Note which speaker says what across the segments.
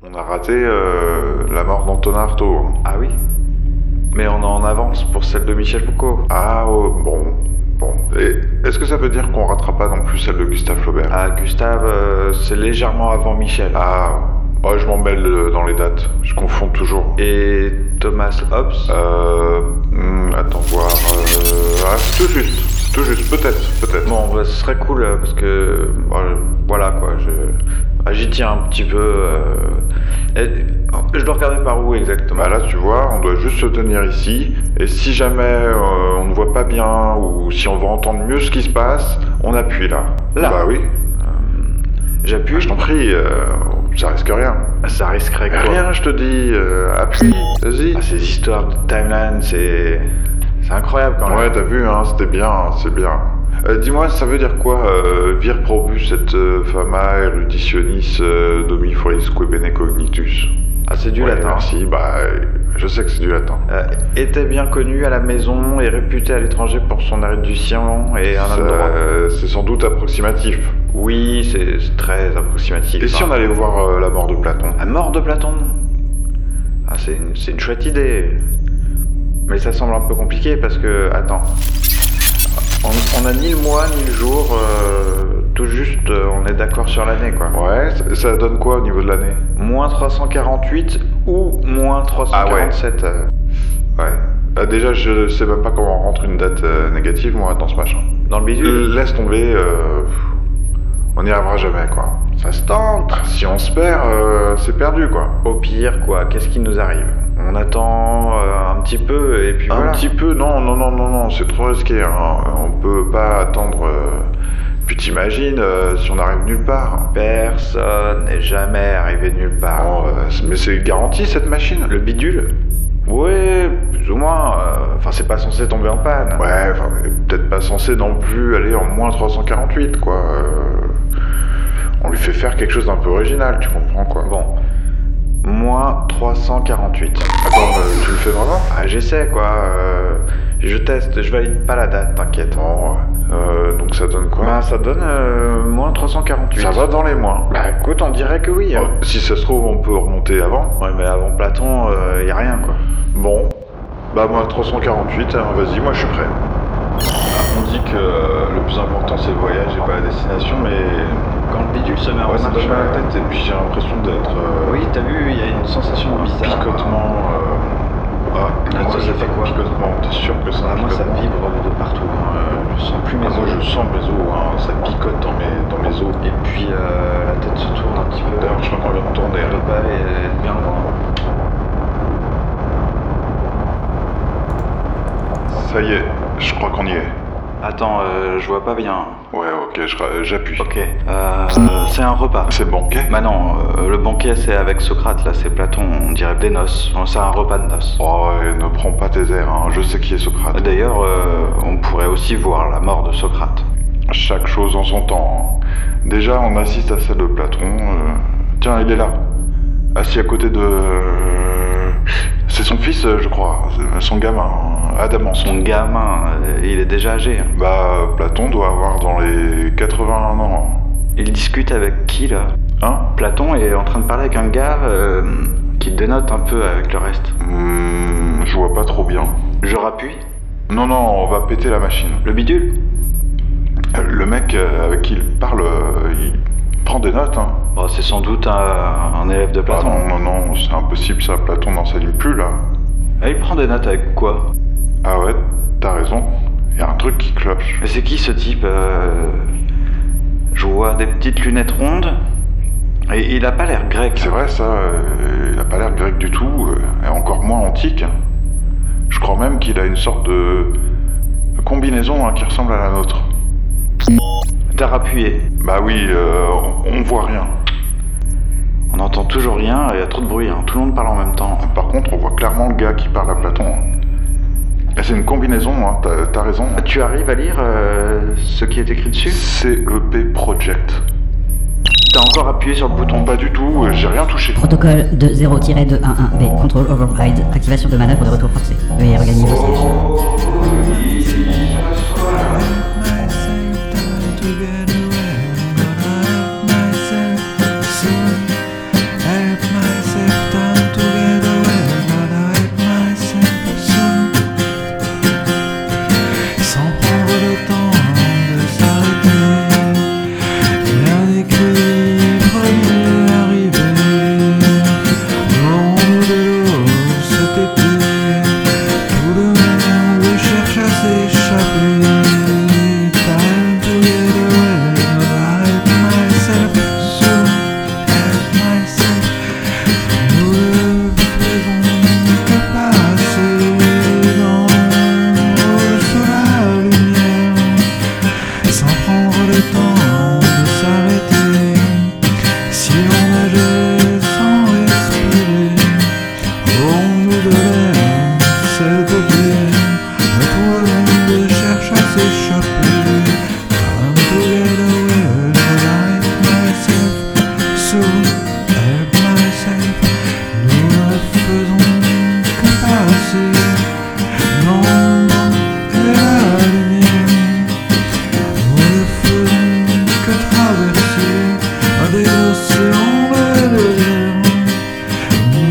Speaker 1: On a raté euh, la mort d'Antonin Artaud.
Speaker 2: Ah oui Mais on est en avance pour celle de Michel Foucault.
Speaker 1: Ah, oh, bon. Bon. Et est-ce que ça veut dire qu'on rattrape pas non plus celle de Gustave Flaubert
Speaker 2: Ah, Gustave, euh, c'est légèrement avant Michel.
Speaker 1: Ah, oh, je m'en mêle euh, dans les dates. Je confonds toujours.
Speaker 2: Et Thomas Hobbes
Speaker 1: Euh. hmm, attends voir. euh, Ah, c'est tout juste. C'est tout juste. Peut-être, peut-être.
Speaker 2: Bon, bah, ce serait cool euh, parce que. bon, euh, voilà quoi, je. ah, J'y tiens un petit peu. euh, et- oh, je dois regarder par où exactement.
Speaker 1: Bah là, tu vois, on doit juste se tenir ici. Et si jamais euh, on ne voit pas bien ou si on veut entendre mieux ce qui se passe, on appuie là.
Speaker 2: Là Euh,
Speaker 1: Bah oui.
Speaker 2: J'appuie,
Speaker 1: Ah, je t'en prie, euh, ça risque rien.
Speaker 2: Ça risquerait quoi
Speaker 1: Rien, je te dis. euh, appuie. Vas-y.
Speaker 2: Ah, ces histoires de timeline, c'est. C'est incroyable quand
Speaker 1: Ouais,
Speaker 2: même.
Speaker 1: t'as vu, hein, c'était bien, hein, c'est bien. Euh, Dis-moi, ça veut dire quoi, euh, vir probus et euh, fama eruditionis euh, domiforis que bene cognitus
Speaker 2: Ah, c'est du
Speaker 1: Ouais,
Speaker 2: latin.
Speaker 1: Merci, bah, euh, je sais que c'est du latin.
Speaker 2: Euh, était bien connu à la maison et réputé à l'étranger pour son érudition et un homme
Speaker 1: Ça,
Speaker 2: droit.
Speaker 1: euh, C'est sans doute approximatif.
Speaker 2: Oui, c'est c'est très approximatif.
Speaker 1: Et si
Speaker 2: hein.
Speaker 1: on allait voir euh, la mort de Platon
Speaker 2: La mort de Platon ah, c'est, une, c'est une chouette idée. Mais ça semble un peu compliqué parce que. Attends. On, on a ni le mois ni le jour, euh, tout juste euh, on est d'accord sur l'année quoi.
Speaker 1: Ouais, ça- ça donne quoi au niveau de l'année
Speaker 2: Moins 348 ou moins 347. euh.
Speaker 1: Ouais. Bah, déjà, je sais même pas comment on rentre une date euh, négative, moi, dans ce machin.
Speaker 2: Dans le bidule.
Speaker 1: Laisse tomber, euh, on n'y arrivera jamais, quoi. Bah,
Speaker 2: Ça se tente.
Speaker 1: Si on se perd, euh, c'est perdu, quoi.
Speaker 2: Au pire, quoi, qu'est-ce qui nous arrive On attend euh, un petit peu et puis
Speaker 1: Un
Speaker 2: voilà.
Speaker 1: petit peu, non, non, non, non, non, c'est trop risqué. hein. On peut pas attendre. euh, Puis t'imagines, euh, si on arrive nulle part.
Speaker 2: Personne n'est jamais arrivé nulle part.
Speaker 1: Bon, euh, c'est- mais c'est garanti cette machine.
Speaker 2: Le bidule Ouais, plus ou moins. euh, Enfin, c'est pas censé tomber en panne.
Speaker 1: Ouais, enfin, on est peut-être pas censé non plus aller en moins 348, quoi. Euh, On lui fait faire quelque chose d'un peu original, tu comprends, quoi.
Speaker 2: Bon. Moins 348.
Speaker 1: Attends, euh, tu le fais vraiment
Speaker 2: Ah, j'essaie, quoi. euh, je teste, je valide pas la date, t'inquiète.
Speaker 1: Bon, euh, donc ça donne quoi
Speaker 2: Ben, ça donne euh, moins 348.
Speaker 1: Ça va dans les mois.
Speaker 2: Bah écoute, on dirait que oui. hein.
Speaker 1: Oh, si ça se trouve, on peut remonter avant.
Speaker 2: Ouais, mais avant Platon, euh, y a rien, quoi.
Speaker 1: Bon, bah moi 348, hein, vas-y, moi je suis prêt. on dit que euh, le plus important c'est le voyage et pas la destination, mais
Speaker 2: Quand le bidule se met
Speaker 1: ouais, ça me donne mal à la tête et puis j'ai l'impression d'être euh,
Speaker 2: Oui, t'as vu, il y a une sensation
Speaker 1: un
Speaker 2: bizarre.
Speaker 1: picotement. euh, Ah,
Speaker 2: Ah,
Speaker 1: moi
Speaker 2: ça,
Speaker 1: j'ai
Speaker 2: ça fait
Speaker 1: pas de
Speaker 2: quoi
Speaker 1: picotement, t'es sûr que c'est un
Speaker 2: Ah, moi, ça
Speaker 1: picotement
Speaker 2: vibre de partout. hein. Je sens plus mes
Speaker 1: Ah, moi
Speaker 2: os.
Speaker 1: je sens mes os, hein, ça picote dans mes, dans mes os.
Speaker 2: Et puis, euh, la tête se tourne un petit peu.
Speaker 1: D'ailleurs, je crois qu'on vient de tourner.
Speaker 2: Elle
Speaker 1: là.
Speaker 2: doit pas aller bien loin.
Speaker 1: Ça y est, je crois qu'on y est.
Speaker 2: Attends, euh, je vois pas bien.
Speaker 1: Ouais, ok, je ra- j'appuie.
Speaker 2: Ok. Euh, c'est un repas.
Speaker 1: C'est banquet
Speaker 2: Bah non, euh, le banquet c'est avec Socrate, là c'est Platon, on dirait des noces. Bon, C'est un repas de noces.
Speaker 1: Oh, et ne prends pas tes airs, hein, je sais qui est Socrate.
Speaker 2: D'ailleurs, euh, on pourrait aussi voir la mort de Socrate.
Speaker 1: Chaque chose en son temps. hein. Déjà, on assiste à celle de Platon. euh, Tiens, il est là. Assis à côté de... euh, C'est son fils, euh, je crois. C'est Son gamin. Adamant.
Speaker 2: Son gamin, euh, il est déjà âgé. hein.
Speaker 1: Bah, Platon doit avoir dans les 81 ans.
Speaker 2: Il discute avec qui là
Speaker 1: Hein
Speaker 2: Platon est en train de parler avec un gars euh, qui dénote un peu avec le reste.
Speaker 1: Hmm, Je vois pas trop bien.
Speaker 2: Je rappuie
Speaker 1: Non, non, on va péter la machine.
Speaker 2: Le bidule
Speaker 1: Euh, Le mec euh, avec qui il parle, euh, il prend des notes, hein.
Speaker 2: Bon, Oh, C'est sans doute un, un élève de
Speaker 1: Ah
Speaker 2: Platon.
Speaker 1: non, non, non, c'est impossible ça, Platon n'enseigne plus là.
Speaker 2: Et il prend des notes avec quoi
Speaker 1: Ah ouais, t'as raison. Il y a un truc qui cloche.
Speaker 2: Mais c'est qui ce type euh, Je vois des petites lunettes rondes. Et il a pas l'air grec.
Speaker 1: C'est vrai ça, euh, il a pas l'air grec du tout, euh, et encore moins antique. Je crois même qu'il a une sorte de combinaison hein, qui ressemble à la nôtre.
Speaker 2: T'as rappuyé.
Speaker 1: Bah oui, euh, on, on voit rien.
Speaker 2: On n'entend toujours rien et il y a trop de bruit. hein. Tout le monde parle en même temps.
Speaker 1: Par contre, on voit clairement le gars qui parle à Platon. hein. Et C'est une combinaison, hein, t'as t'as raison.
Speaker 2: Tu arrives à lire euh, ce qui est écrit dessus
Speaker 1: CEP E Project.
Speaker 2: T'as encore appuyé sur le bouton.
Speaker 1: Non, pas du tout, euh, j'ai rien touché.
Speaker 3: Protocole 20-211B. Control Override. Activation de manœuvre de retour forcé. Veuillez regagner vos stations.
Speaker 4: myself to get away. I help myself, help myself.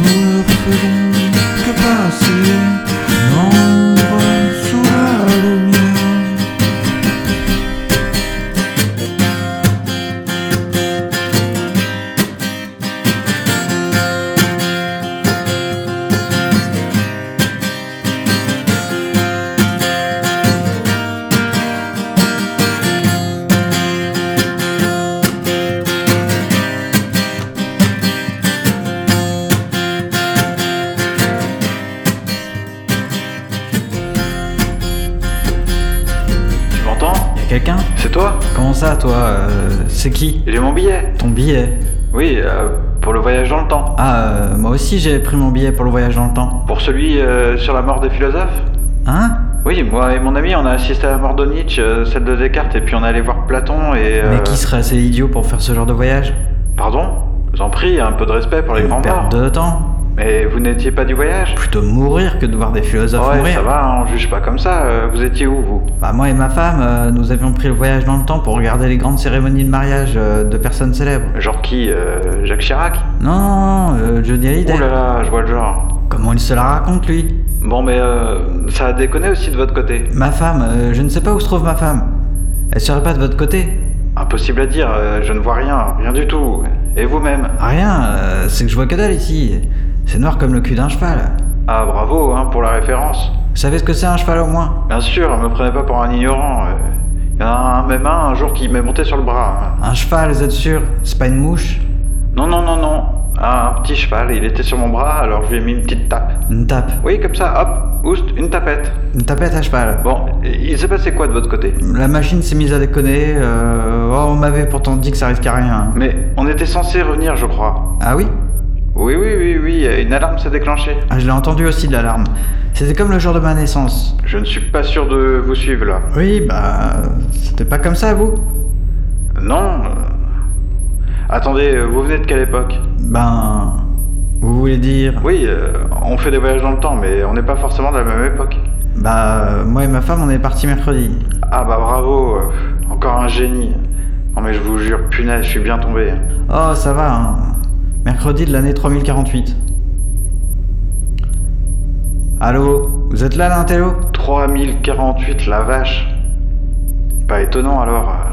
Speaker 4: n'ai que passé l'ombre sous la lumière.
Speaker 2: Tu m'entends
Speaker 5: Y'a quelqu'un
Speaker 2: C'est toi
Speaker 5: Comment ça, toi euh, C'est qui
Speaker 2: Il est mon billet
Speaker 5: Ton billet
Speaker 2: Oui, euh, pour le voyage dans le temps.
Speaker 5: Ah, euh, moi aussi j'ai pris mon billet pour le voyage dans le temps.
Speaker 2: Pour celui euh, sur la mort des philosophes
Speaker 5: Hein
Speaker 2: Oui, moi et mon ami, on a assisté à la mort de Nietzsche, euh, celle de Descartes, et puis on est allé voir Platon et... euh,
Speaker 5: Mais qui serait assez idiot pour faire ce genre de voyage
Speaker 2: Pardon Vous en prie, un peu de respect pour les grands morts.
Speaker 5: Perte de temps.
Speaker 2: Mais vous n'étiez pas du voyage
Speaker 5: Plutôt mourir que de voir des philosophes
Speaker 2: Ouais,
Speaker 5: mourir.
Speaker 2: ça va, hein, on juge pas comme ça. euh, Vous étiez où, vous
Speaker 5: Bah, moi et ma femme, euh, nous avions pris le voyage dans le temps pour regarder les grandes cérémonies de mariage euh, de personnes célèbres.
Speaker 2: Genre qui euh, Jacques Chirac
Speaker 5: Non, non, non, euh, Johnny Hallyday.
Speaker 2: Ouh là là, je vois le genre.
Speaker 5: Comment il se la raconte lui
Speaker 2: Bon, mais euh, ça a déconné aussi de votre côté.
Speaker 5: Ma femme, euh, je ne sais pas où se trouve ma femme. Elle serait pas de votre côté
Speaker 2: Impossible à dire, euh, je ne vois rien, rien du tout. Et vous-même
Speaker 5: Rien, euh, c'est que je vois que dalle ici. C'est noir comme le cul d'un cheval.
Speaker 2: Ah, bravo, hein, pour la référence.
Speaker 5: Vous savez ce que c'est un cheval au moins
Speaker 2: Bien sûr, me prenez pas pour un ignorant. euh. Il y en a un, même un, un jour qui m'est monté sur le bras. hein.
Speaker 5: Un cheval, vous êtes sûr C'est pas une mouche
Speaker 2: Non, non, non, non. Ah, un petit cheval, il était sur mon bras, alors je lui ai mis une petite tape.
Speaker 5: Une tape.
Speaker 2: Oui, comme ça, hop, oust, une tapette.
Speaker 5: Une tapette à cheval.
Speaker 2: Bon, il s'est passé quoi de votre côté
Speaker 5: La machine s'est mise à déconner. euh, oh, on m'avait pourtant dit que ça risquait rien.
Speaker 2: Mais on était censé revenir, je crois.
Speaker 5: Ah oui
Speaker 2: Oui, oui, oui, oui, euh, une alarme s'est déclenchée.
Speaker 5: Ah, je l'ai entendu aussi de l'alarme. C'était comme le jour de ma naissance.
Speaker 2: Je ne suis pas sûr de vous suivre là.
Speaker 5: Oui, bah. C'était pas comme ça, vous
Speaker 2: Non euh, Attendez, euh, vous venez de quelle époque
Speaker 5: Ben. Vous voulez dire
Speaker 2: Oui, euh, on fait des voyages dans le temps, mais on n'est pas forcément de la même époque.
Speaker 5: Bah, euh, moi et ma femme, on est partis mercredi.
Speaker 2: Ah bah bravo, euh, encore un génie. Non mais je vous jure, punaise, je suis bien tombé.
Speaker 5: Oh, ça va, hein. Mercredi de l'année 3048. Allô Vous êtes là, l'intello
Speaker 2: 3048, la vache. Pas étonnant alors. euh,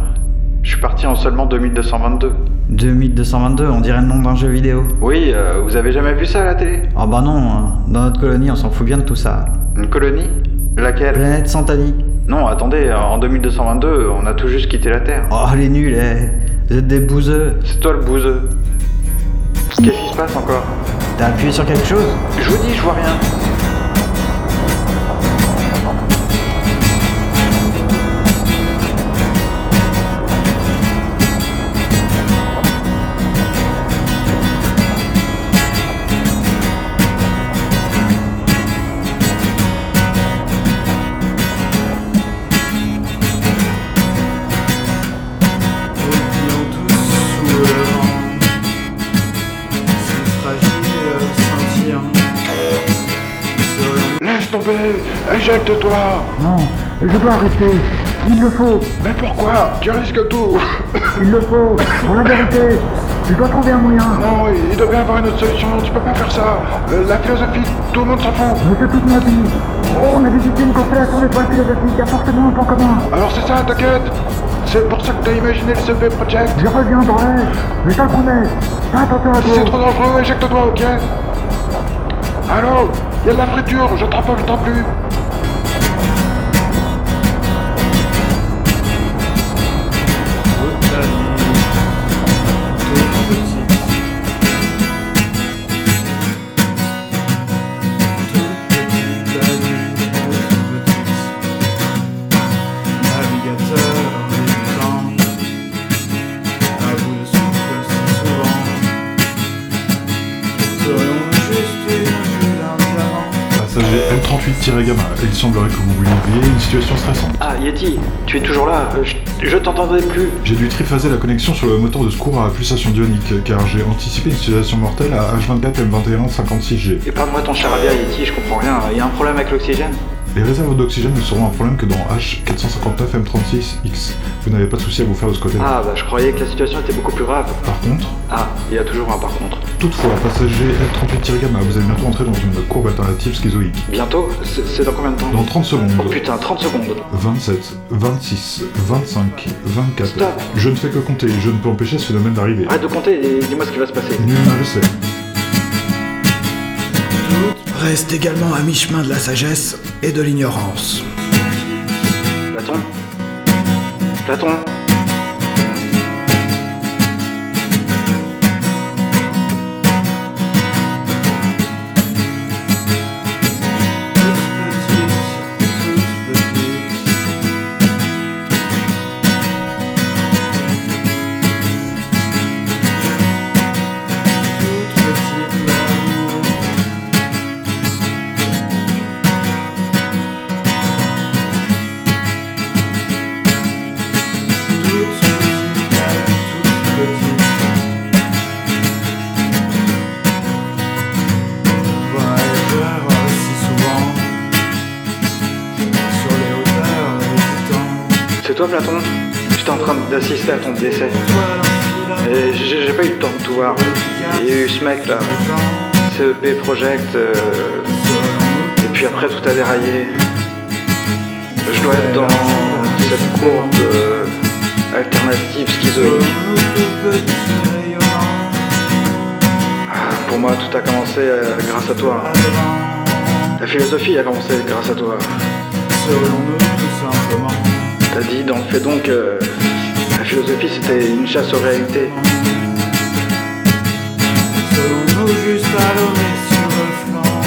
Speaker 2: Je suis parti en seulement 2222.
Speaker 5: 2222, on dirait le nom d'un jeu vidéo.
Speaker 2: Oui, euh, vous avez jamais vu ça à la télé
Speaker 5: Oh bah non, hein. dans notre colonie, on s'en fout bien de tout ça.
Speaker 2: Une colonie Laquelle
Speaker 5: Planète Santani.
Speaker 2: Non, attendez, en 2222, on a tout juste quitté la Terre.
Speaker 5: Oh, les nuls, eh. Vous êtes des bouseux.
Speaker 2: C'est toi le bouseux. Qu'est-ce qui se passe encore
Speaker 5: T'as appuyé sur quelque chose
Speaker 2: Je vous dis, je vois rien.
Speaker 4: Repliant tous sous le vent, c'est euh, fragile sentir sur le
Speaker 1: Laisse tomber Éjecte-toi
Speaker 6: Non, je dois arrêter. Il le faut,
Speaker 1: Mais pourquoi Tu risques tout
Speaker 6: il le faut, pour la vérité. Je dois trouver un moyen.
Speaker 1: Non, il devrait y avoir une autre solution, tu peux pas faire ça Euh, La philosophie, tout le monde s'en fout
Speaker 6: Mais c'est toute ma vie. On a des victimes qu'on fait sur les points philosophiques. Il y a forcément un point commun.
Speaker 1: Alors c'est ça, t'inquiète C'est pour ça que t'as imaginé le CV Project
Speaker 6: Je reviendrai, mais je te le promets. Pas attention à
Speaker 1: Si c'est trop dangereux, éjecte-toi, ok Allô Il y a de la friture, je t'en peux, je t'en plus
Speaker 7: Passage M38-Gamma, il semblerait que vous vouliez créer une situation stressante.
Speaker 2: Ah, Yeti, tu es toujours là. euh, Je, je t'entendrai plus.
Speaker 7: J'ai dû triphaser la connexion sur le moteur de secours à pulsation ionique, car j'ai anticipé une situation mortelle à H24 M21 56G.
Speaker 2: Et parle-moi ton charabia, Yeti, je comprends rien. Il y a un problème avec l'oxygène
Speaker 7: Les réserves d'oxygène ne seront un problème que dans H459M36X. Vous n'avez pas de souci à vous faire de ce côté-là.
Speaker 2: Ah bah je croyais que la situation était beaucoup plus grave.
Speaker 7: Par contre,
Speaker 2: Ah, il y a toujours un par contre.
Speaker 7: toutefois, passager L38 gamma, vous allez bientôt entrer dans une courbe alternative schizoïque.
Speaker 2: Bientôt C'est c'est dans combien de temps
Speaker 7: Dans 30
Speaker 2: Oh
Speaker 7: secondes,
Speaker 2: putain, 30 secondes
Speaker 7: 27, 26, 25, 24.
Speaker 2: Stop. Ah.
Speaker 7: Je ne fais que compter, je ne peux empêcher ce phénomène d'arriver.
Speaker 2: Arrête de compter et dis-moi ce qui va se passer.
Speaker 7: Nul ne le sait.
Speaker 8: Reste également à mi-chemin de la sagesse et de l'ignorance.
Speaker 2: Platon Platon C'est toi Platon J'étais en train d'assister à ton décès. Et j'ai j'ai pas eu le temps de tout voir. Il y a eu ce mec là, CEP Project, euh, et puis après tout a déraillé. Je dois être dans cette courbe euh, alternative schizoïde. Pour moi, tout a commencé euh, grâce à toi. La philosophie a commencé grâce à toi.
Speaker 4: Serions-nous tout simplement
Speaker 2: T'as dit dans le fait donc euh, la philosophie c'était une chasse aux réalités.
Speaker 4: Serons-nous juste allomés sur le flanc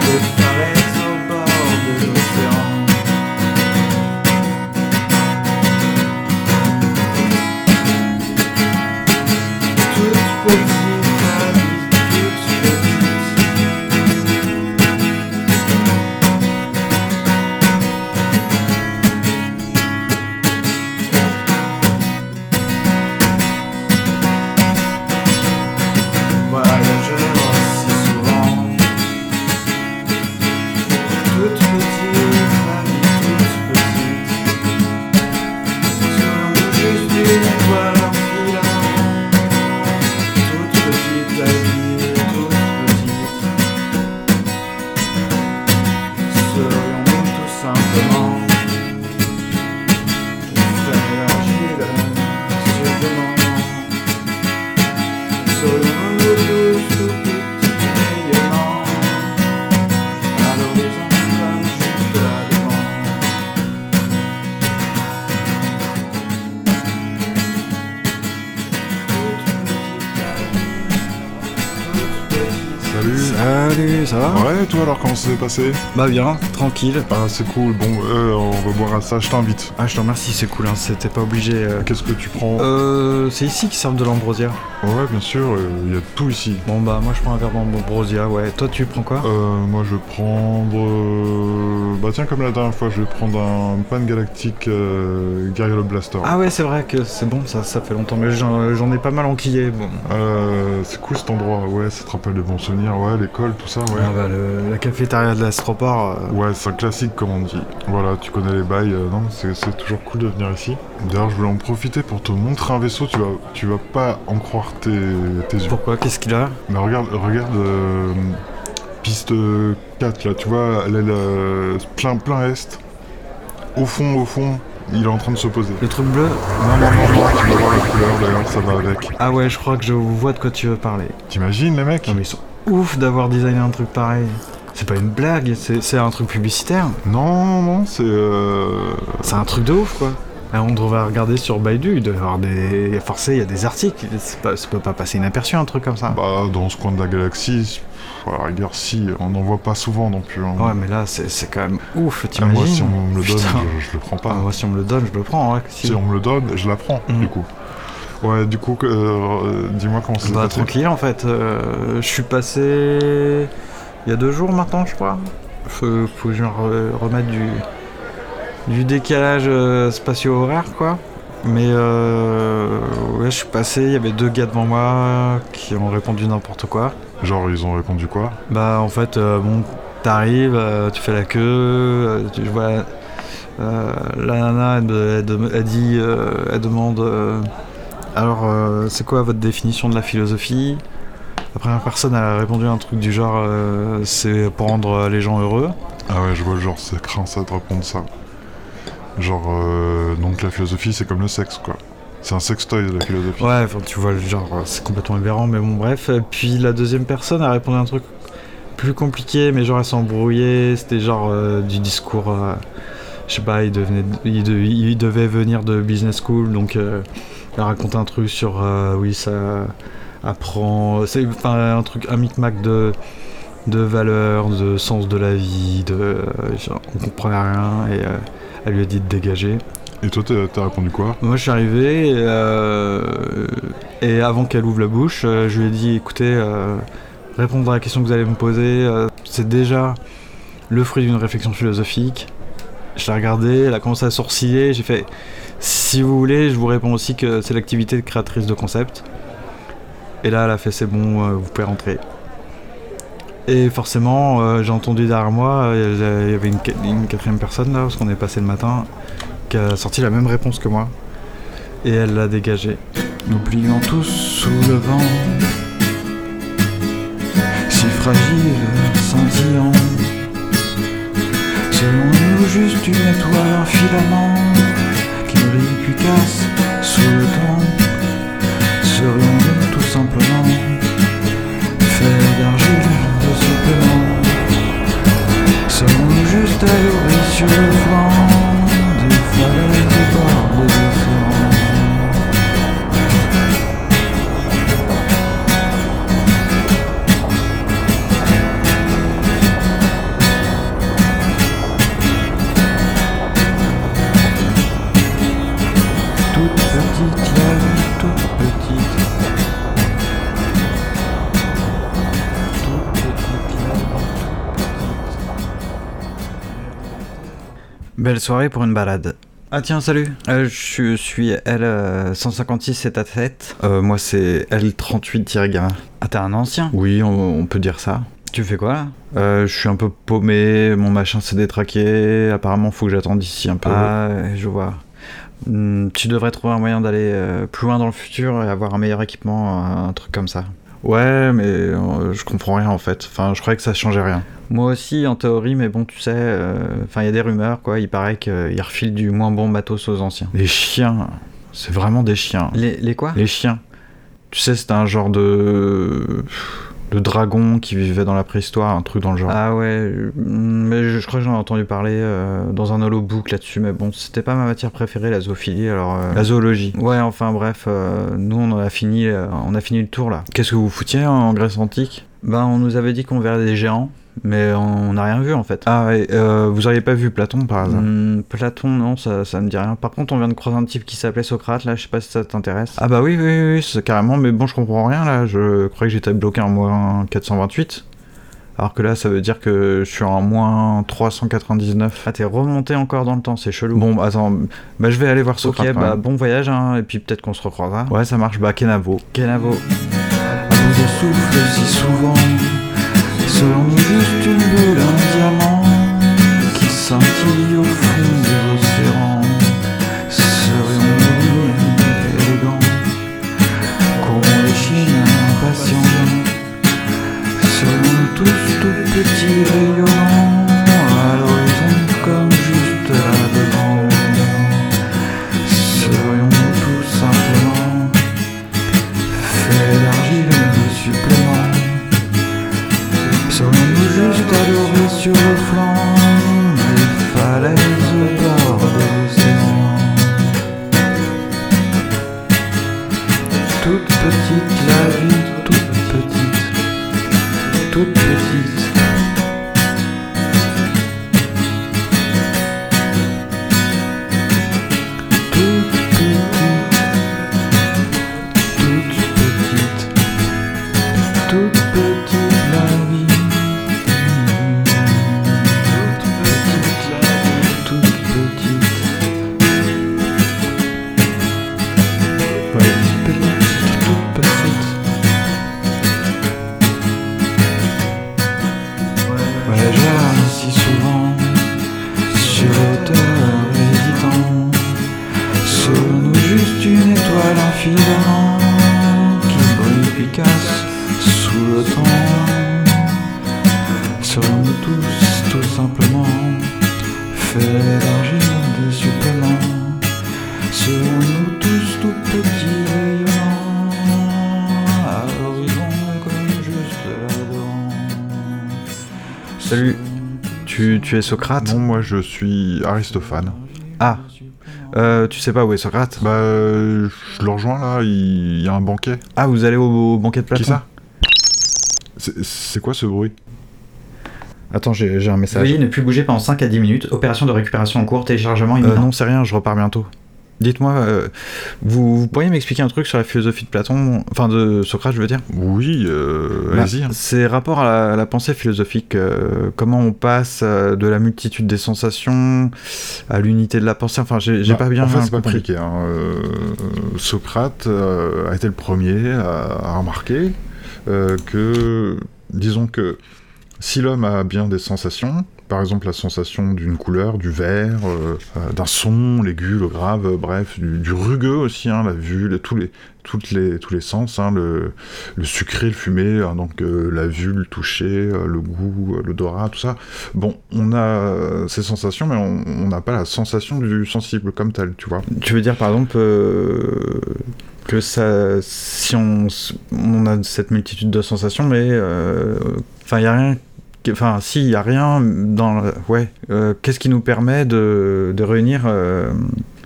Speaker 4: Des falaises au bord de l'océan Toute petite la vie, toute petite Voyageur si souvent Toute petite la vie, toute petite Serons-nous juste une étoile en filant Toute petite la vie, toute petite Serions-nous tout simplement Frères fragiles sur demande
Speaker 7: Salut.
Speaker 8: Salut, ça va
Speaker 7: Ouais, toi alors, comment ça s'est passé
Speaker 8: Bah bien, tranquille.
Speaker 7: Ah, Hein Eh c'est cool, bon, euh, on va boire à ça, je t'invite.
Speaker 8: Ah, je te remercie, c'est cool, hein, c'était pas obligé. Euh,
Speaker 7: Qu'est-ce que tu prends
Speaker 8: Euh, c'est ici qu'ils servent de l'ambrosia.
Speaker 7: Ouais, bien sûr, euh, il y a tout ici.
Speaker 8: Bon bah moi je prends un verre d'ambrosia, ouais. Toi tu prends quoi
Speaker 7: Euh, moi je vais prendre. euh, Bah tiens, comme la dernière fois, je vais prendre un pan galactique euh, Guerrier Blaster.
Speaker 8: Ah ouais, c'est vrai que c'est bon, ça, ça fait longtemps, mais j'en j'en ai pas mal enquillé. Bon.
Speaker 7: Euh, c'est cool cet endroit, ouais, ça te rappelle de bons souvenirs, ouais, l'école, tout ça, ouais.
Speaker 8: Ah bah, le- la cafétéria de l'Astroport. euh,
Speaker 7: Ouais, c'est un classique comme on dit. Voilà, tu connais les bails, euh, non c'est, c'est toujours cool de venir ici. D'ailleurs, je voulais en profiter pour te montrer un vaisseau, tu vas, tu vas pas en croire tes, tes yeux.
Speaker 8: Pourquoi Qu'est-ce qu'il a
Speaker 7: Mais regarde, regarde euh, piste 4 là, tu vois, l'aile euh, plein, plein est. Au fond, au fond, il est en train de se poser.
Speaker 8: Le truc bleu
Speaker 7: Non, non, non, non, tu vas voir la couleur d'ailleurs, ça va avec.
Speaker 8: Ah ouais, je crois que je vois de quoi tu veux parler.
Speaker 7: T'imagines les mecs
Speaker 8: Non mais ils sont ouf d'avoir designé un truc pareil. C'est pas une blague, c'est c'est un truc publicitaire.
Speaker 7: Non, non, c'est. Euh...
Speaker 8: C'est un truc de ouf quoi. Ah, on devrait regarder sur Baidu, il doit y avoir des... Forcé, il y a des articles, c'est pas- ça peut pas passer inaperçu un truc comme ça.
Speaker 7: Bah, dans ce coin de la galaxie, pff, à la rigueur, si, on n'en voit pas souvent non plus. hein.
Speaker 8: Ouais, mais là, c'est c'est quand même ouf,
Speaker 7: Ah,
Speaker 8: t'imagines
Speaker 7: moi, si on me le donne,
Speaker 8: Putain.
Speaker 7: je, je le prends pas.
Speaker 8: Ah, moi, si on me le donne, je le prends, ouais. si.
Speaker 7: Si on me le donne, je la prends,
Speaker 8: Mm.
Speaker 7: du coup. Ouais, du coup, que- euh, dis-moi comment ça s'est
Speaker 8: Bah,
Speaker 7: passé.
Speaker 8: tranquille, en fait. euh, je suis passé... Il y a deux jours maintenant, je crois. Faut, faut que je me re- remette du, du décalage euh, spatio-horaire, quoi. Mais euh, ouais, je suis passé, il y avait deux gars devant moi qui ont répondu n'importe quoi.
Speaker 7: Genre, ils ont répondu quoi
Speaker 8: Bah en fait, euh, bon, T'arrives, euh, tu fais la queue, euh, tu je vois euh, la nana, elle, de- elle de- elle dit, euh, elle demande. euh, alors, euh, c'est quoi votre définition de la philosophie La première personne, elle a répondu un truc du genre, euh, c'est pour rendre les gens heureux.
Speaker 7: Ah ouais, je vois, genre, ça craint ça de répondre ça. Genre, euh, donc la philosophie, c'est comme le sexe, quoi. C'est un sextoy, la philosophie.
Speaker 8: Ouais, enfin, tu vois, le genre, euh, c'est complètement aberrant, mais bon, bref. Euh, Puis la deuxième personne a répondu à un truc plus compliqué, mais genre, elle s'embrouillait. C'était genre euh, du discours. euh, je sais pas, il, devenait, il, de- il devait venir de business school, donc euh, elle racontait un truc sur. euh, oui, ça apprend. C'est enfin, un truc, un micmac de de valeurs, de sens de la vie, de euh, genre, on comprenait rien et euh, elle lui a dit de dégager.
Speaker 7: Et toi, t'as t'as répondu quoi
Speaker 8: Moi, je suis arrivé et, euh, et avant qu'elle ouvre la bouche, euh, je lui ai dit écoutez, euh, répondre à la question que vous allez me poser, euh, c'est déjà le fruit d'une réflexion philosophique. Je l'ai regardée, elle a commencé à sourciller. J'ai fait si vous voulez, je vous réponds aussi que c'est l'activité de créatrice de concept. Et là, elle a fait c'est bon, euh, vous pouvez rentrer. Et forcément, euh, j'ai entendu derrière moi, euh, il y avait une, qua- une quatrième personne là, parce qu'on est passé le matin, qui a sorti la même réponse que moi. Et elle l'a dégagé.
Speaker 4: N'oublions tous sous le vent, si fragile, scintillant, selon-nous juste une étoile, un filament qui brille puis casse sous le temps. Serions-nous tout simplement faits d'argile de supplément? Serons-nous juste allurés sur le flanc des falaises au bord des océans? Toute petite, la vie toute petite. Toute petite, la vie
Speaker 8: Belle soirée pour une balade. Ah tiens, salut. Euh, je suis L156 et ta tête. Euh, moi c'est L38-gamin. Ah t'es un ancien Oui, on, on peut dire ça. Tu fais quoi là euh, Je suis un peu paumé, mon machin s'est détraqué, apparemment faut que j'attende ici un peu. Ah, je vois. Hmm, tu devrais trouver un moyen d'aller euh, plus loin dans le futur et avoir un meilleur équipement, euh, un, truc comme ça. Ouais, mais euh, je comprends rien en fait. Enfin, je croyais que ça changeait rien. Moi aussi, en théorie, mais bon, tu sais, euh, enfin, il y a des rumeurs, quoi. Il paraît qu'ils refilent du moins bon matos aux anciens. Les chiens, c'est vraiment des chiens. Les, quoi Les chiens. Tu sais, c'était un genre de. de dragon qui vivait dans la préhistoire, un truc dans le genre. Ah ouais, mm, mais je, crois que j'en ai entendu parler euh, dans un holo book là-dessus, mais bon, c'était pas ma matière préférée, la zoophilie, alors. La zoologie. Ouais, enfin bref, euh, nous on a fini, euh, on a fini le tour là. Qu'est-ce que vous foutiez en Grèce antique Ben, on nous avait dit qu'on verrait des géants. Mais on n'a rien vu en fait. Ah ouais, vous auriez pas vu Platon par hasard Platon, non, ça, ça me dit rien. Par contre, on vient de croiser un type qui s'appelait Socrate là, je sais pas si ça t'intéresse. Ah bah oui, oui, oui, c'est carrément, mais bon, je comprends rien là. Je croyais que j'étais bloqué en moins 428. Alors que là, ça veut dire que je suis en moins 399. Ah, t'es remonté encore dans le temps, c'est chelou. Bon, attends, bah je vais aller voir Socrate. Ok, bah bon voyage, hein, et puis peut-être qu'on se recroisera. Ouais, ça marche, bah Kenavo. Kenavo.
Speaker 4: À bout de souffle si souvent, selon nous juste une bulle, un diamant qui scintille au fond des océans. Serions-nous élégants, comme les Chines impatients, serions-nous tous tout petits rayons à l'horizon comme juste là-dedans. Serions-nous tout simplement fait d'argile de supplément. Serions-nous juste adorés sur le flanc des falaises au bord de l'océan Toute petite la vie, toute petite, toute petite. Toute petite toute petite, toute petite la vie. Toute petite la vie, toute petite. Petite, petite, toute petite.
Speaker 5: le temps. Serons-nous tous, tout simplement, faits d'argile des suppléments Serons-nous tous tout petits rayons à l'horizon comme juste là-dedans
Speaker 8: Salut. Tu, tu es Socrate
Speaker 7: Non, moi je suis Aristophane.
Speaker 8: Ah. Euh, tu sais pas où est Socrate
Speaker 7: Bah, euh, je le rejoins là, il il y a un banquet.
Speaker 8: Ah, vous allez au, au banquet de Platon
Speaker 7: Qui ça C'est- C'est quoi ce bruit
Speaker 8: Attends, j'ai j'ai un message.
Speaker 2: Veuillez ne plus bouger pendant 5 à 10 minutes. Opération de récupération en cours, téléchargement
Speaker 8: Euh,
Speaker 2: imminent.
Speaker 8: non, c'est rien, je repars bientôt. Dites-moi, euh, vous, vous pourriez m'expliquer un truc sur la philosophie de Platon, enfin de Socrate, je veux dire
Speaker 7: Oui, euh, allez-y.
Speaker 8: Bah, C'est rapport à la, à la pensée philosophique. euh, comment on passe euh, de la multitude des sensations à l'unité de la pensée. Enfin, j'ai j'ai
Speaker 7: Bah,
Speaker 8: pas bien
Speaker 7: En fait, c'est pas
Speaker 8: compris.
Speaker 7: compliqué. hein. Euh, Socrate euh, a été le premier à, à remarquer euh, que, disons que, si l'homme a bien des sensations, par exemple la sensation d'une couleur, du vert, euh, euh, d'un son, l'aigu, le grave, euh, bref, du, du rugueux aussi, hein, la vue, les- tous les, toutes les, tous les sens, hein, le, le sucré, le fumé, hein, donc euh, la vue, le toucher, euh, le goût, euh, l'odorat, tout ça, Bon, on a euh, ces sensations, mais on on n'a pas la sensation du sensible comme tel, tu vois.
Speaker 8: Tu veux dire par exemple euh, que ça, si on, s- on a cette multitude de sensations, mais euh, enfin, il y a rien. qui- Enfin, si, il y a rien dans. le- Ouais. euh, Qu'est-ce qui nous permet de, de réunir euh,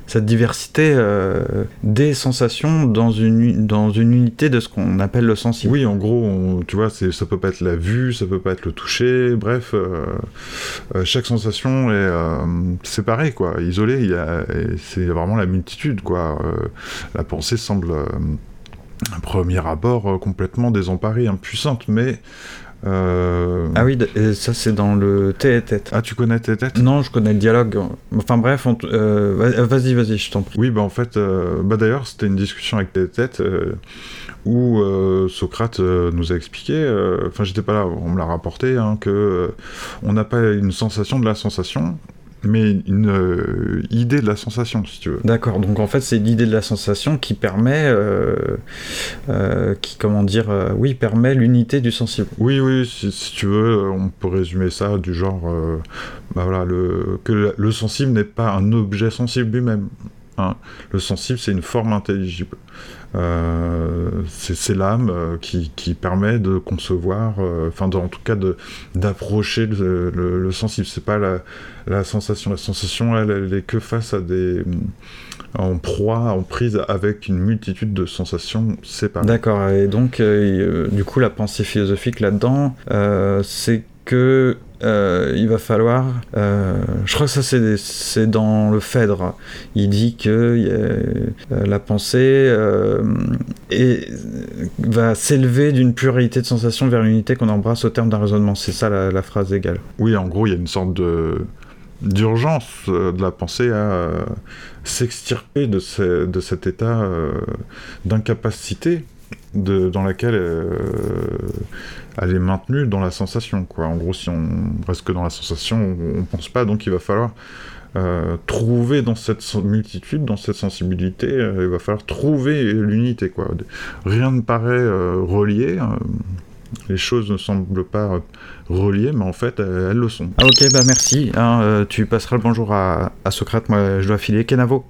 Speaker 8: cette diversité euh, des sensations dans une, u- dans une unité de ce qu'on appelle le sensible
Speaker 7: Oui, en gros, on- tu vois, c'est- ça peut pas être la vue, ça peut pas être le toucher, bref, euh, euh, chaque sensation est euh, séparée, quoi, isolée, il y a- et c'est vraiment la multitude, quoi. Euh, la pensée semble, euh, à premier abord, euh, complètement désemparée, impuissante, mais... euh,
Speaker 8: Ah oui, d- et ça c'est dans le thé et tête.
Speaker 7: Ah, tu connais tes têtes
Speaker 8: Non, je connais le dialogue. Enfin bref, on t- euh, va- vas-y, vas-y, je t'en prie.
Speaker 7: Oui, bah en fait, euh, bah d'ailleurs, c'était une discussion avec tes têtes euh, où euh, Socrate euh, nous a expliqué, euh, enfin, j'étais pas là, on me l'a rapporté, hein, que euh, on n'a pas une sensation de la sensation, mais une euh, idée de la sensation, si tu veux.
Speaker 8: D'accord, donc en fait c'est l'idée de la sensation qui permet, euh, euh, qui comment dire, euh, oui, permet l'unité du sensible.
Speaker 7: Oui, oui, si, si tu veux, euh, on peut résumer ça du genre, euh, bah voilà, le, que la- le sensible n'est pas un objet sensible lui-même. hein. Le sensible, c'est une forme intelligible. Euh, c'est c'est l'âme euh, qui, qui permet de concevoir, euh, enfin, de- en tout cas, de- d'approcher le, le- le sensible. C'est pas la, la sensation. La sensation, elle, elle est que face à des. en proie, en prise avec une multitude de sensations séparées.
Speaker 8: D'accord, et donc euh, y- euh, du coup la pensée philosophique là-dedans, euh, c'est que euh, il va falloir, euh, je crois que ça c'est c'est dans le Phèdre, il dit que y a- euh, la pensée euh, est- va s'élever d'une pluralité de sensations vers l'unité qu'on embrasse au terme d'un raisonnement, c'est ça la, la phrase égale.
Speaker 7: Oui, en gros, il y a une sorte de d'urgence euh, de la pensée à euh, s'extirper de, ce- de cet état euh, d'incapacité de- dans laquelle euh, elle est maintenue dans la sensation. Quoi. En gros, si on reste que dans la sensation, on, on pense pas, donc il va falloir euh, trouver dans cette sen- multitude, dans cette sensibilité, euh, il va falloir trouver l'unité. quoi. Rien ne paraît euh, relié, euh, les choses ne semblent pas euh, reliées, mais en fait, elles, elles le sont.
Speaker 8: Ah ok, bah merci. hein, euh, tu passeras le bonjour à, à Socrate, moi je dois filer. Kenavo